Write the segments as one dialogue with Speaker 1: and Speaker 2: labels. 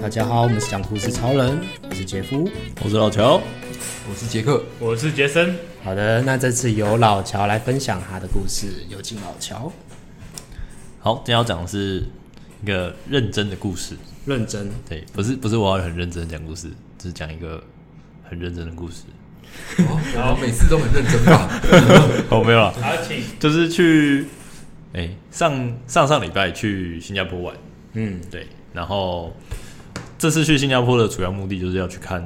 Speaker 1: 大家好，我们是讲故事超人，我是杰夫。
Speaker 2: 我是老乔，
Speaker 3: 我是杰克，
Speaker 4: 我是杰森，
Speaker 1: 好的，那这次由老乔来分享他的故事，有请老乔。
Speaker 2: 好，今天要讲的是一个认真的故事，
Speaker 1: 认真，
Speaker 2: 对，不是不是我要很认真的讲故事，只是讲一个很认真的故事。
Speaker 3: 我们每次都很认真吧？
Speaker 2: 哦，没有了，
Speaker 4: 好，请
Speaker 2: 就是去，哎、上上上礼拜去新加坡玩，
Speaker 1: 嗯，
Speaker 2: 对，然后这次去新加坡的主要目的就是要去看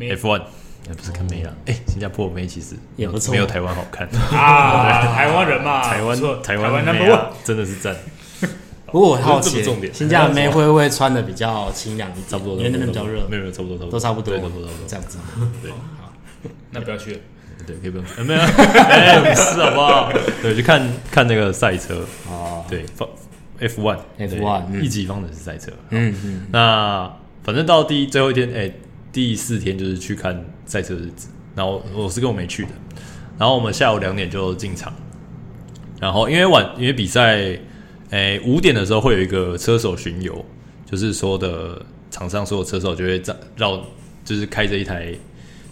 Speaker 2: F1，哎不是看梅啦，哎、新加坡梅其实
Speaker 1: 也不错
Speaker 2: 没有台湾好看，
Speaker 4: 啊，台湾人嘛，
Speaker 2: 台湾
Speaker 4: 不错
Speaker 2: 台
Speaker 4: 台
Speaker 2: 湾
Speaker 4: 湾 number
Speaker 2: 妹啊
Speaker 4: one，
Speaker 2: 真的是赞，
Speaker 1: 不 过我好奇
Speaker 2: 哦这不重，点
Speaker 1: 新加坡妹会不会穿的比较清凉一点？
Speaker 2: 差不多，
Speaker 1: 因为那边比较热
Speaker 2: 没，有没有差不多差不多
Speaker 1: 都差不多，
Speaker 2: 对差不多差不多
Speaker 1: 这样子。
Speaker 2: 对。
Speaker 4: 那不要去了，
Speaker 2: 对，可以不用。 没有，哎，不是好不好？对，去看看那个赛车，
Speaker 1: 哦，
Speaker 2: 对，F one
Speaker 1: F1 嗯
Speaker 2: 一级方程式赛车。
Speaker 1: 嗯嗯，
Speaker 2: 那反正到第最后一天，哎、第四天就是去看赛车的日子。然后我是跟我没去的，然后我们下午两点就进场，然后因为晚因为比赛，哎、五点的时候会有一个车手巡游，就是所有的场上所有车手就会在绕，就是开着一台，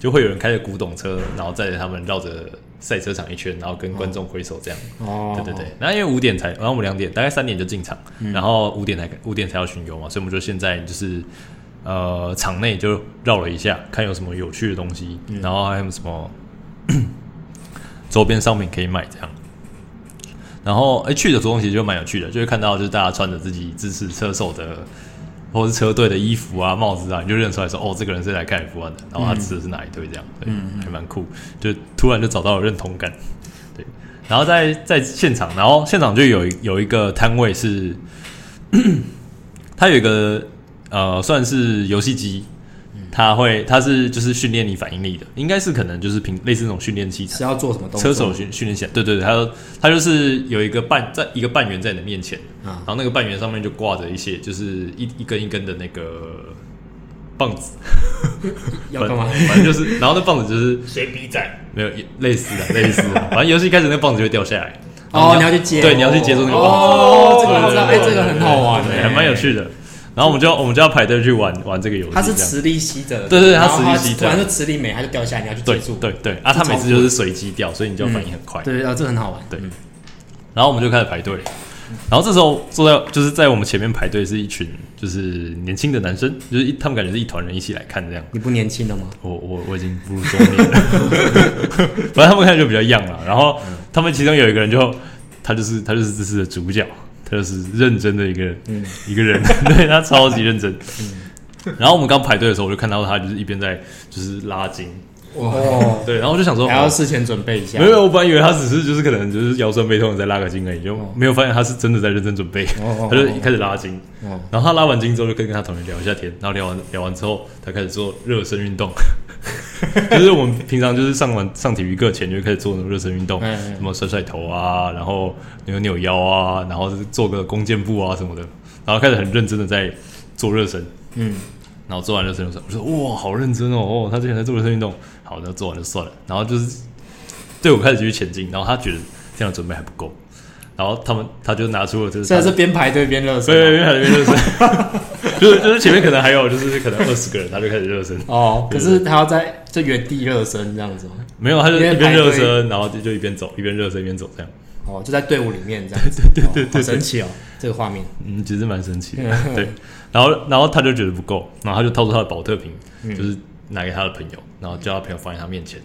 Speaker 2: 就会有人开着古董车，然后载着他们绕着赛车场一圈，然后跟观众挥手这样。
Speaker 1: 哦，嗯
Speaker 2: 对对对，，那因为五点才，然后我们两点，大概三点就进场，然后五点才五点才要巡游嘛，所以我们就现在就是呃场内就绕了一下，看有什么有趣的东西，
Speaker 1: 嗯
Speaker 2: 然后还有什么 周边商品可以买这样。然后哎、去的途中其实就蛮有趣的，就会看到就是大家穿着自己支持车手的或是车队的衣服啊、帽子啊，你就认出来说哦，这个人是来看 F1 的，然后他指的是哪一队这样，对，还蛮酷，就突然就找到了认同感。对，然后在在现场，然后现场就有一有一个摊位是， 它有一个呃，算是游戏机，它会它是就是训练你反应力的，应该是可能就是平类似那种训练器材
Speaker 1: 是。要做什么动作？
Speaker 2: 车手训训练起来，对对对，他他就是有一个半在一个半圆在你的面前，
Speaker 1: 嗯
Speaker 2: 然后那个半圆上面就挂着一些就是一一根一根的那个棒子，
Speaker 1: 要干嘛？
Speaker 2: 反反正就是，然后那棒子就是
Speaker 4: 谁逼仔？
Speaker 2: 没有类似的类 似的，反正游戏开始那棒子就会掉下来，
Speaker 1: 哦，你要去接，
Speaker 2: 对，呃你要去接住那个棒子，
Speaker 1: 哦，这个我知道，哎，
Speaker 2: 对对
Speaker 1: 这
Speaker 2: 对
Speaker 1: 个很好玩
Speaker 2: 对
Speaker 1: 哎，
Speaker 2: 还蛮有趣的。然后我们就我们就要排队去玩玩这个游戏，
Speaker 1: 它是
Speaker 2: 这样
Speaker 1: 磁力吸着的，
Speaker 2: 对对对它
Speaker 1: 然后
Speaker 2: 磁力吸着
Speaker 1: 突然就磁力美，它就掉下来，你要去接
Speaker 2: 对
Speaker 1: 住，
Speaker 2: 对对啊，他每次就是随机掉，所以你就要反应很快。
Speaker 1: 对，啊，这个很好玩，
Speaker 2: 对，然后我们就开始排队。然后这时候坐在就是在我们前面排队是一群就是年轻的男生，就是一他们感觉是一团人一起来看这样。
Speaker 1: 你不年轻了吗？
Speaker 2: 我我我已 经步入中年了，嗯反正他们看起来就比较样了。然后他们其中有一个人就他就是他就是这次的主角，他就是认真的一个、一个 人，对他超级认真。然后我们刚排队的时候，我就看到他就是一边在就是拉筋，
Speaker 1: 哦，
Speaker 2: 对，然后我就想 说，
Speaker 1: 还要
Speaker 2: 哦
Speaker 1: 事前准备一下，
Speaker 2: 没有，我本来以为他只是就是可能就是腰酸背痛在拉个筋而已，就没有发现他是真的在认真准备。
Speaker 1: 哦哦哦
Speaker 2: 他就一开始拉筋
Speaker 1: 哦，
Speaker 2: 然后他拉完筋之后就跟跟他同学聊一下天，然后聊完聊完之后，他开始做热身运动， 就是我们平常就是上完上体育课前就开始做那种热身运动，
Speaker 1: 嗯嗯
Speaker 2: 什么甩甩头啊，然后扭扭腰啊，然后做个弓箭步啊什么的，然后开始很认真的在做热身。
Speaker 1: 嗯，
Speaker 2: 然后做完热身运动，我说哇，好认真哦！哦，他之前在做热身运动，好，那做完就算了。然后就是队伍开始继续前进，然后他觉得这样的准备还不够，然后他们他就拿出了就是
Speaker 1: 虽
Speaker 2: 他
Speaker 1: 然是边排队边热
Speaker 2: 对对
Speaker 1: 身
Speaker 2: 对，
Speaker 1: 啊，
Speaker 2: 他就热身，就是就是前面可能还有就是可能二十个人，他就开始热身，
Speaker 1: 哦，可
Speaker 2: 对
Speaker 1: 是他要在就原地热身这样子吗？
Speaker 2: 没有，他就
Speaker 1: 因为
Speaker 2: 一边
Speaker 1: 排队
Speaker 2: 热身，然后就就一边走，一边热身一边走这样，
Speaker 1: 哦，就在队伍里面这样子，对对对好神奇哦，这个画 面，
Speaker 2: 嗯，其实蛮神奇的，对。然后然后他就觉得不够，然后他就掏出他的保特瓶，就是拿给他的朋友，然后叫他朋友放在他面 前。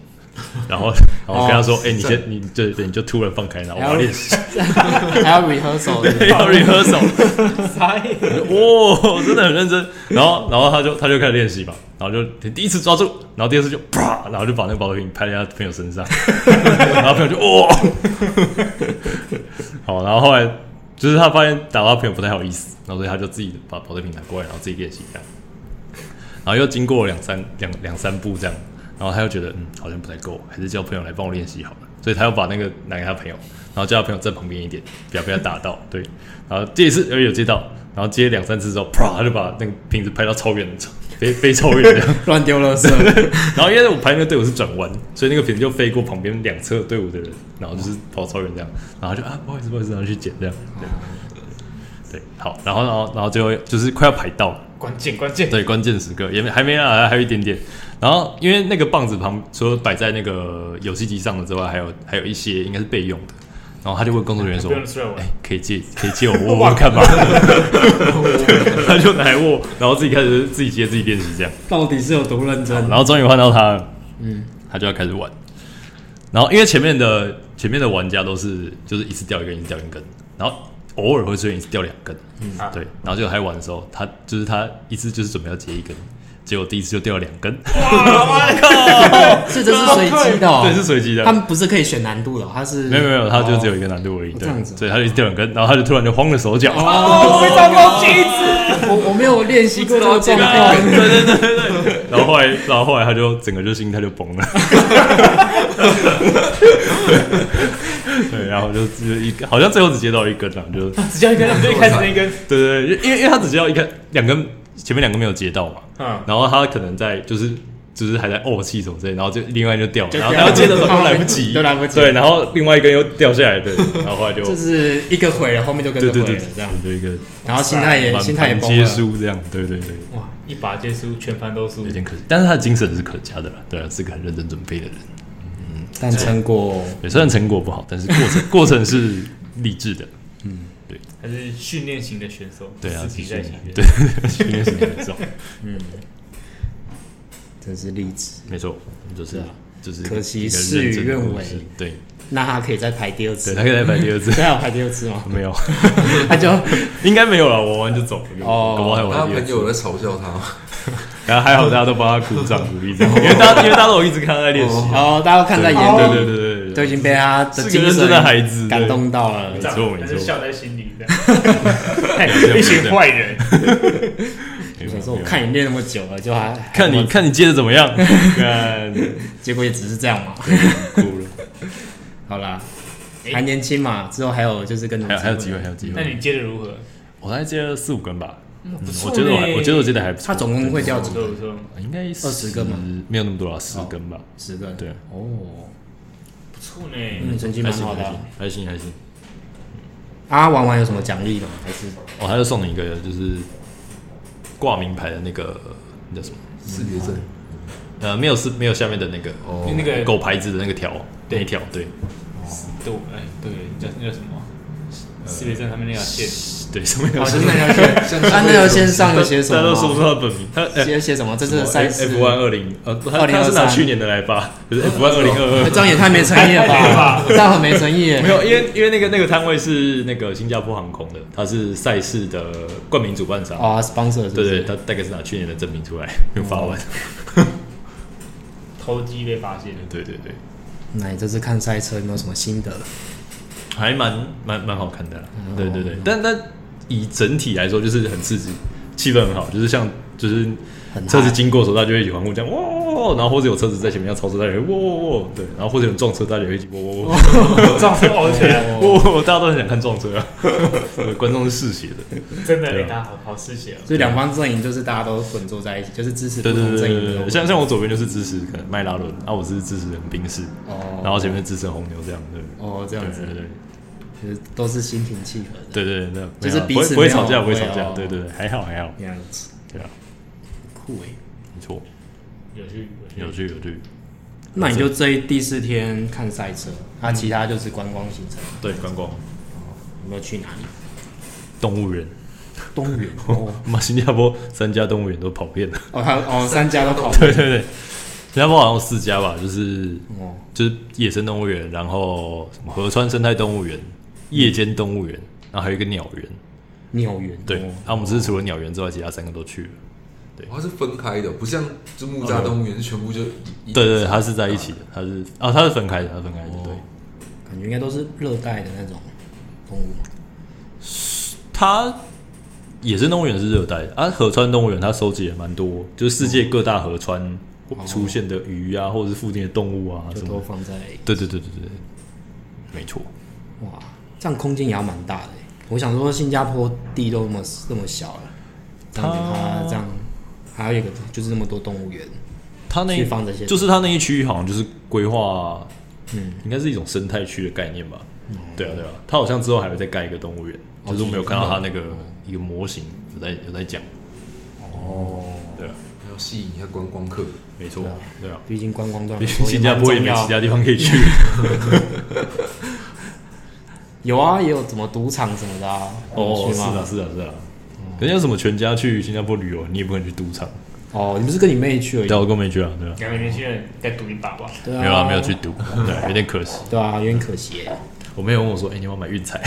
Speaker 2: 然后，然后跟他说：“哎、你先，你对对，你就突然放开，然后我要练习。”
Speaker 1: 还要 rehearsal，对不对
Speaker 2: 要 rehearsal，哇， 哦真的很认真。然后，然后他就他就开始练习嘛，然后就第一次抓住，然后第二次就啪，然后就把那个保龄瓶拍在他朋友身上，然后朋友就哇，好，然后后来就是他发现打到他朋友不太好意思，然后所以他就自己把保龄瓶拿过来，然后自己练习一下，然后又经过两三两两三步这样，然后他又觉得嗯好像不太够，还是叫朋友来帮我练习好了，所以他又把那个拿给他朋友，然后叫他朋友站旁边一点，不要被他打到，对，然后这一次又有接到，然后接两三次之后，啪他就把那个瓶子拍到超远的场，飞飞超远的。
Speaker 1: 乱丢垃圾，
Speaker 2: 然后因为我排那个队伍是转弯，所以那个瓶就飞过旁边两侧队伍的人，然后就是跑超远这样，然后就啊不好意思不好意思，然后去捡这样，对，对，好，然后然后然后最后就是快要排到了，
Speaker 4: 关键关键，
Speaker 2: 对，关键时刻也没还没啊，还有一点点。然后因为那个棒子旁除了摆在那个游戏机上的之外，还有还有一些应该是备用的。然后他就问工作人员说
Speaker 4: 不用出来：“玩
Speaker 2: 哎、可以借可以借 我握握看吗？”他就拿来握，然后自己开始自己接自己练习这样。
Speaker 1: 到底是有多认 真？
Speaker 2: 然后终于换到他了，嗯，他就要开始玩。然后因为前面的前面的玩家都是就是一次掉一根，一次掉一根，然后偶尔会出现一次掉两根，嗯，对。然后就还玩的时候，他就是他一次就是准备要接一根，结果第一次就掉了两根，
Speaker 1: 所以这是随机的、哦，
Speaker 2: 对，是随机的
Speaker 1: 他。们不是可以选难度的哦、他是
Speaker 2: 没有没有，他就只有一个难度而已，
Speaker 1: 这
Speaker 2: 对
Speaker 1: 样子，
Speaker 2: 所以他就一直掉两根，然后他就突然就慌了手脚，
Speaker 1: 哦，
Speaker 4: 非常高级。
Speaker 1: 我我没有练习过这个啊状况，
Speaker 2: 然后后来然后后来他就整个就心态就崩 了，对，然后就就一个好像最后只接到一根啊，就
Speaker 4: 只要一根，就一开始那一根，
Speaker 2: 对对，对因为因为他只接到一个两根，前面两个没有接到嘛，
Speaker 1: 啊
Speaker 4: 嗯，
Speaker 2: 然后他可能在就是就是还在怄气什么之类，然后就另外一个就掉了，
Speaker 4: 就
Speaker 2: 然后
Speaker 4: 掉了
Speaker 2: 然后接的时候又来不及，
Speaker 1: 都来不及
Speaker 2: 对，然后另外一根又掉下来，对，然后后来 就
Speaker 1: 就是一个毁了，后面就跟
Speaker 2: 对
Speaker 1: 着
Speaker 2: 对
Speaker 1: 毁
Speaker 2: 对
Speaker 1: 了这样，，
Speaker 2: 就一个
Speaker 1: 然后心态也
Speaker 2: 满
Speaker 1: 心态也
Speaker 2: 满
Speaker 1: 崩
Speaker 2: 皆
Speaker 1: 了。
Speaker 2: 输这样，对对对，
Speaker 4: 哇，一把接输，全盘都输
Speaker 2: 有，点可惜，但是他的精神是可嘉的啦，对啊，是个很认真准备的人，
Speaker 1: 但成果
Speaker 2: 对，虽然成果不好，但是过 程过程是励志的，
Speaker 4: 还是训练型的选手，
Speaker 2: 对啊，
Speaker 4: 是比赛型的，
Speaker 2: 对， 训练是 很重要，
Speaker 1: 真是励志，
Speaker 2: 没错，就是
Speaker 1: 对啊
Speaker 2: 就是
Speaker 1: 可惜
Speaker 2: 一个
Speaker 1: 事
Speaker 2: 认
Speaker 1: 与
Speaker 2: 真的
Speaker 1: 愿
Speaker 2: 故
Speaker 1: 违
Speaker 2: 事，对。
Speaker 1: 那他可以再排第二
Speaker 2: 对
Speaker 1: 次
Speaker 2: 他，可以再排第 二次，
Speaker 1: 他有排第二次吗？
Speaker 2: 没有，
Speaker 1: 他就
Speaker 2: 应该没有了，我玩就走了。
Speaker 1: 哦
Speaker 2: 哦，我还有
Speaker 3: 他
Speaker 2: 玩第二
Speaker 3: 朋友
Speaker 2: 次，
Speaker 3: 在嘲笑他，
Speaker 2: 然后还好大家都帮他鼓掌鼓励， 这样，因为大家因为大家都有一直看他在练习，
Speaker 1: 哦，大家都看在眼
Speaker 2: 对
Speaker 1: 里，
Speaker 2: 对对对对
Speaker 1: 都已
Speaker 2: 对，
Speaker 1: 经被他的
Speaker 2: 是个
Speaker 1: 精
Speaker 2: 认
Speaker 1: 神
Speaker 2: 真的孩子
Speaker 1: 感动到了
Speaker 2: 没。错没
Speaker 4: 还
Speaker 2: 错
Speaker 4: 是，笑在心里这样，一群坏人，
Speaker 2: 没
Speaker 1: 想说
Speaker 2: 错
Speaker 1: 我看你练那么久了，就还
Speaker 2: 看你，看你接的怎么 样，看
Speaker 1: 结果也只是这样嘛。
Speaker 2: 哭 了，
Speaker 1: 好啦，
Speaker 4: 哎
Speaker 1: 还年轻嘛，之后还有就是跟
Speaker 2: 还有还有机会，还有机
Speaker 4: 那
Speaker 2: 会，
Speaker 4: 你接的如何？
Speaker 2: 我才接了四五根吧，
Speaker 4: 不
Speaker 2: 我觉得我还我觉得我接
Speaker 4: 得
Speaker 2: 的还不错，
Speaker 1: 他总共会掉
Speaker 4: 不
Speaker 1: 几
Speaker 4: 错不错，
Speaker 2: 应该二
Speaker 1: 20根吧，
Speaker 2: 没有那么多了，十根吧，
Speaker 1: 十个？
Speaker 2: 对，
Speaker 1: 哦，
Speaker 4: 不错呢，
Speaker 1: 嗯，成绩
Speaker 2: 还
Speaker 1: 蛮
Speaker 2: 行
Speaker 1: 好的
Speaker 2: 还
Speaker 1: 啊
Speaker 2: 行。还行还行，
Speaker 1: 啊，玩完有什么奖励吗？还 是
Speaker 2: 哦，他就送你一个就是挂名牌的那个那叫什么？
Speaker 3: 视觉症
Speaker 2: 呃，没有是没有下面的那个
Speaker 3: 哦
Speaker 4: 那个
Speaker 2: 狗牌子的那个条，那一条对
Speaker 4: 对，哎对，叫那叫什么？四维站上面那条线，
Speaker 2: 对，上面有
Speaker 1: 哦，就
Speaker 2: 写
Speaker 1: 是那条线， 他啊那条线上有写什
Speaker 2: 大家都说
Speaker 1: 么？
Speaker 2: 不出他的本名，他哎
Speaker 1: 写写什么？这次的赛事
Speaker 2: F one 二零呃，不他
Speaker 1: 2023
Speaker 2: 他是拿去年的来发，就是 F one 二零二
Speaker 1: 哎
Speaker 2: 二。
Speaker 1: 这样也太没诚意了 吧？这样很没诚意耶。
Speaker 2: 没有，因为因为那个那个摊位是那个新加坡航空的，它是赛事的冠名主办商。
Speaker 1: 哦，sponsor 是不
Speaker 2: 对对，
Speaker 1: 是？
Speaker 2: 他大概是哦拿去年的证明出来，没有发完。
Speaker 4: 偷鸡被发现了，
Speaker 2: 对对对，
Speaker 1: 那你这次看赛车有没有什么心得？
Speaker 2: 还蛮蛮蛮好看的啦。对对对，但但以整体来说，就是很刺激，气氛很好，就是像就是
Speaker 1: 很
Speaker 2: 车子
Speaker 1: 嗨
Speaker 2: 经过的时候，大家就会一起欢呼，这样哇哇哇哇！然后或者有车子在前面要超车，大家也会哇哇哇！对，然后或者有人撞车，大家也会一起哇哇哇！
Speaker 4: 撞车凹起来，
Speaker 2: 哇哇哇！大家都很想看撞车啊，哦 对观众是嗜血的，
Speaker 4: 真的，
Speaker 2: 对
Speaker 4: 哎
Speaker 2: 啊
Speaker 4: 他好好嗜血哦。
Speaker 1: 所以两方阵营就是大家都混坐在一起，就是支持不
Speaker 2: 对对
Speaker 1: 同
Speaker 2: 对
Speaker 1: 阵
Speaker 2: 对
Speaker 1: 营
Speaker 2: 对
Speaker 1: 的。
Speaker 2: 对。像像我左边就是支持可能迈拉伦，啊，我是支持横滨市，
Speaker 1: 哦
Speaker 2: 然后前面支持红牛这样，对
Speaker 1: 哦这样子
Speaker 2: 对，对对
Speaker 1: 就是都是心平气和的
Speaker 2: 对对对，
Speaker 1: 就
Speaker 2: 对
Speaker 1: 是
Speaker 2: 没有啊
Speaker 1: 彼
Speaker 2: 不会
Speaker 1: 此
Speaker 2: 不会
Speaker 1: 没有
Speaker 2: 吵架，不会
Speaker 1: 没
Speaker 2: 吵
Speaker 1: 有哦
Speaker 2: 架，对对对，还好还好，
Speaker 1: 那样子，
Speaker 2: 对啊，
Speaker 1: 酷欸诶。
Speaker 2: 没错，
Speaker 4: 有趣，
Speaker 2: 有趣有趣，
Speaker 1: 那你就这一第四天看赛车，那其他就是观光行程，
Speaker 2: 对观光
Speaker 1: 有没有去哪里？
Speaker 2: 动物园，
Speaker 1: 东 园哦，
Speaker 2: 我们新加坡三家动物园都跑遍了，
Speaker 1: 哦，还有哦，三家都跑
Speaker 2: 对对对，新加坡好像有四家吧，就是
Speaker 1: 哦，
Speaker 2: 就是野生动物园，然后什么河川生态动物园、
Speaker 1: 嗯
Speaker 2: 夜间动物园，然后还有一个鸟园。
Speaker 1: 鸟园
Speaker 2: 对，
Speaker 1: 哦
Speaker 2: 啊，我们这次除了鸟园之外，其他三个都去了。
Speaker 3: 它是分开的，不像就木栅动物园全部就一
Speaker 2: 嗯对对，对它是在一起的，它是啊，它是分开的，它是分开的。对，
Speaker 1: 感觉应该都是热带的那种动物嘛。
Speaker 2: 它野生动物园是热带的，啊，河川动物园它收集了蛮多，就是世界各大河川出现的鱼啊，或者是附近的动物啊
Speaker 1: 就
Speaker 2: 什
Speaker 1: 都
Speaker 2: 么的。
Speaker 1: 放在
Speaker 2: 对对对对对，对没错。
Speaker 1: 哇，这样空间也要蛮大的欸。我想说，新加坡地都那么那么小了，这样子
Speaker 2: 它
Speaker 1: 它这样还有一个就是那么多动物园，
Speaker 2: 他那
Speaker 1: 去放这些
Speaker 2: 就是他那一区域好像就是规划，嗯，应该是一种生态区的概念吧。
Speaker 1: 嗯
Speaker 2: 对啊，对啊，他好像之后还会再盖一个动物园，
Speaker 1: 哦
Speaker 2: 就是我们有看到他那个一个模型有在有在讲。哦，对啊，
Speaker 3: 要吸引一下观光客。
Speaker 2: 没错，对啊，
Speaker 1: 毕竟观光对我
Speaker 2: 毕
Speaker 1: 们
Speaker 2: 竟
Speaker 1: 说
Speaker 2: 新加坡也没
Speaker 1: 蛮重要
Speaker 2: 其他地方可以去。
Speaker 1: 有啊，也有什么赌场什么的啊，
Speaker 2: 哦，
Speaker 1: 你们
Speaker 2: 是
Speaker 1: 去
Speaker 2: 啊，
Speaker 1: 吗？
Speaker 2: 是啊，是啊。人家什么全家去新加坡旅游，你也不可能去赌场。
Speaker 1: 哦，你不是跟你妹去而已
Speaker 2: 对啊，？我根本没去啊，对啊，
Speaker 4: 两个年轻人再赌一把吧。
Speaker 1: 对啊，
Speaker 2: 没有啊，没有去。赌， 对，有点可惜。
Speaker 1: 对啊，有点可惜耶。
Speaker 2: 我妹有问我说：“哎、你要不要买运彩？”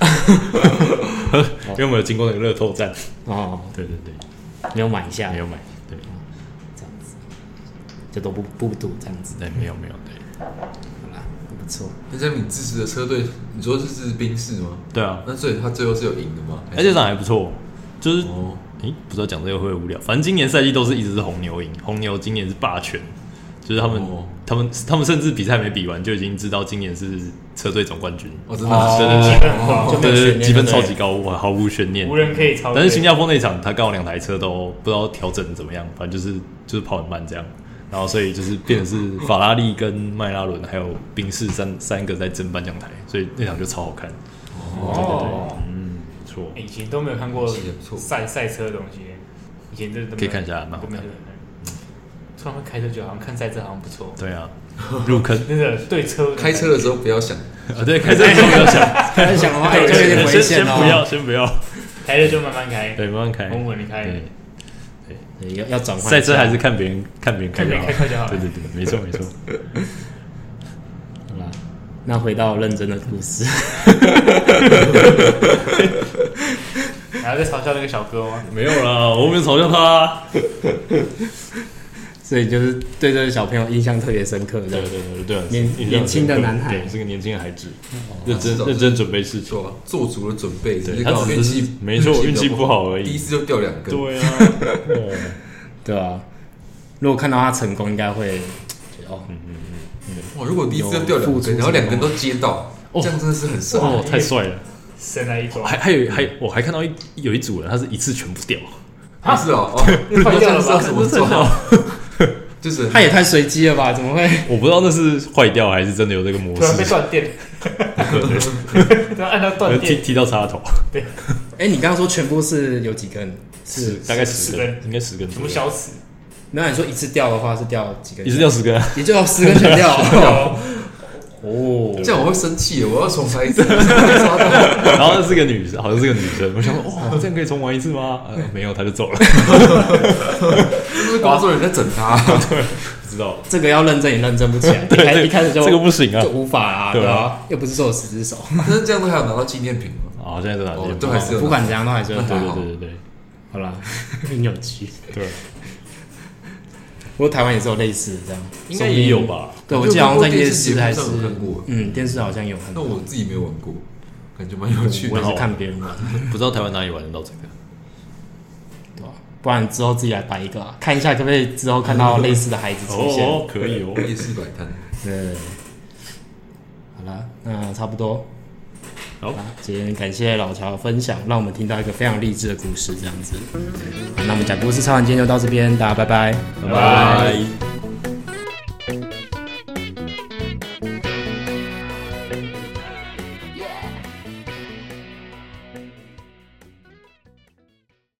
Speaker 2: 因为我们有经过那个乐透站。
Speaker 1: 哦，
Speaker 2: 对对对，
Speaker 1: 没有买一下
Speaker 2: 没，有买，对，
Speaker 1: 这样子，就都不不赌这样子，
Speaker 2: 对，哎没有没有，对，
Speaker 1: 好啦，不错。
Speaker 3: 那这样你支持的车队，你说是支持宾士吗？
Speaker 2: 对啊，
Speaker 3: 那所以他最后是有赢的吗？
Speaker 2: 而且长得还不错，就是，诶、
Speaker 3: 哦，
Speaker 2: 不知道讲这个会不会无聊，反正今年赛季都是一直是红牛赢，红牛今年是霸权，就是他们、
Speaker 3: 哦
Speaker 2: 他们他们甚至比赛没比完就已经知道今年是车队总冠军，
Speaker 3: 哦，真的啊，
Speaker 2: 对对对
Speaker 1: 就没有悬
Speaker 2: 对
Speaker 1: 念
Speaker 2: 对，积分
Speaker 1: 就对
Speaker 2: 超
Speaker 1: 了
Speaker 2: 级高，哇，毫无悬念
Speaker 4: 无。人可以超越。
Speaker 2: 但是新加坡那场，他刚好两台车都不知道调整得怎么样，反正就是就是跑很慢这样，然后所以就是变成是法拉利跟迈拉伦还有宾士三三个在争颁奖台，所以那场就超好看。
Speaker 4: 哦，
Speaker 2: 嗯，不错，
Speaker 4: 欸以前都没有看过
Speaker 3: 其实也不错
Speaker 4: 赛赛车的东西，以前这都没有
Speaker 2: 可以看一下蛮好
Speaker 4: 都
Speaker 2: 看
Speaker 4: 没
Speaker 2: 的
Speaker 4: 有人突然会开车，就好像看赛车好像不错。
Speaker 2: 对啊，入坑
Speaker 4: 那个对车
Speaker 3: 开车的时候不要想，
Speaker 2: 啊，对，开车的时候不要想，
Speaker 1: 在想的话，哎这有点危
Speaker 2: 先先
Speaker 1: 险
Speaker 2: 不要，
Speaker 1: 哦。
Speaker 2: 先不要，
Speaker 4: 开车就慢慢开，
Speaker 2: 对，慢慢开，
Speaker 4: 稳稳的开，
Speaker 2: 对，
Speaker 1: 对要要转换一下
Speaker 2: 赛车还是看别人看别人开
Speaker 4: 看别人开
Speaker 2: 好
Speaker 4: 快就好了
Speaker 2: 对对对，没错没错，
Speaker 1: 好啦。那回到认真的故事，
Speaker 4: 然后再嘲笑那个小哥吗？
Speaker 2: 没有啦，我没有嘲笑他啊，
Speaker 1: 所以就是对这个小朋友印象特别深刻，
Speaker 2: 对
Speaker 1: 对
Speaker 2: 对对对，
Speaker 1: 年
Speaker 2: 印象
Speaker 1: 年轻的男孩
Speaker 2: 对，是个年轻的孩子，认真
Speaker 3: 是哦
Speaker 2: 认真准备事情。
Speaker 3: 做做足了准备，只
Speaker 2: 对
Speaker 3: 是刚好
Speaker 2: 他只
Speaker 3: 运
Speaker 2: 是
Speaker 3: 气
Speaker 2: 没错
Speaker 3: 比较
Speaker 2: 运气不好而已
Speaker 3: 第一次就掉两根，
Speaker 2: 对啊，哦
Speaker 1: 对啊。如果看到他成功，应该会觉得哦，
Speaker 3: 哇，如果第一次就掉
Speaker 1: 有
Speaker 3: 两
Speaker 1: 付出
Speaker 3: 根，然后两根都接到，
Speaker 2: 哦
Speaker 3: 这样真的是很 帅。
Speaker 2: 哦，太帅了！
Speaker 4: 伸来一抓，
Speaker 2: 还还有还我还看到一有一组人，他是一次全部掉，
Speaker 3: 啊是哦，哦，
Speaker 4: 坏
Speaker 3: 那这
Speaker 4: 掉
Speaker 3: 样
Speaker 4: 了
Speaker 3: 是
Speaker 4: 吧
Speaker 3: 要怎么做？啊
Speaker 2: 哦
Speaker 3: 就是
Speaker 1: 他也太随机了吧？怎么会？
Speaker 2: 我不知道那是坏掉还是真的有这个模
Speaker 4: 突啊然被
Speaker 2: 式，呃
Speaker 4: 断电，突然按到断
Speaker 2: 踢
Speaker 4: 电，
Speaker 2: 踢到插头，
Speaker 1: 哎，你刚刚说全部是有几根？是，
Speaker 2: 大概十
Speaker 4: 十
Speaker 2: 根，
Speaker 4: 根
Speaker 2: 应该十根
Speaker 4: 全
Speaker 2: 左
Speaker 4: 部
Speaker 2: 右，
Speaker 4: 消磁，
Speaker 1: 那你说一次掉的话是掉几根？
Speaker 2: 一次掉十根啊，
Speaker 1: 也就要十根全掉。
Speaker 2: 哦
Speaker 3: 这样我会生气的，我要重来一次。刷到
Speaker 2: 然后那是个女生，好像是个女生，我想说，哇，这样可以重玩一次吗？呃，没有，他就走了，
Speaker 3: 是不是工作人员在整 他？
Speaker 2: 不知道，
Speaker 1: 这个要认真也认真不起来，一开
Speaker 2: 这个
Speaker 1: 一开始就
Speaker 2: 这个不行啊
Speaker 1: 就无法啊，
Speaker 2: 对啊
Speaker 1: 对啊，又不是说有十只手，
Speaker 3: 但是这样都还有拿到纪念品吗？
Speaker 2: 啊，现在在哪
Speaker 3: 哦
Speaker 2: 里？
Speaker 3: 都还是有
Speaker 1: 不管怎样都还是会
Speaker 2: 对
Speaker 1: 好。
Speaker 2: 对对对
Speaker 1: 好啦，很有趣。
Speaker 2: 对对，
Speaker 1: 不过台湾也是有类似的这样，
Speaker 2: 应该也有吧？
Speaker 1: 对，我
Speaker 3: 就
Speaker 1: 记得好像在
Speaker 3: 看过电
Speaker 1: 夜
Speaker 3: 视节
Speaker 1: 市
Speaker 3: 目
Speaker 1: 还是
Speaker 3: 上有看过
Speaker 1: 嗯，电视好像有看
Speaker 3: 那
Speaker 1: 过，
Speaker 3: 我自己没有玩过，感觉蛮有趣
Speaker 1: 我
Speaker 3: 的
Speaker 1: 也。是看别人玩，
Speaker 2: 不知道台湾哪里玩得到这个。
Speaker 1: 对吧？不然之后自己来摆一个啊，看一下可不可以之后看到类似的孩子出现。
Speaker 2: 哦，可以哦。
Speaker 3: 夜市摆摊，
Speaker 1: 对，好啦，那差不多。
Speaker 2: 好
Speaker 1: 啦，今天感谢老乔的分享，让我们听到一个非常励志的故事，这样子。好那我们讲故事超完今天就到这边，大家拜拜。
Speaker 2: 拜拜。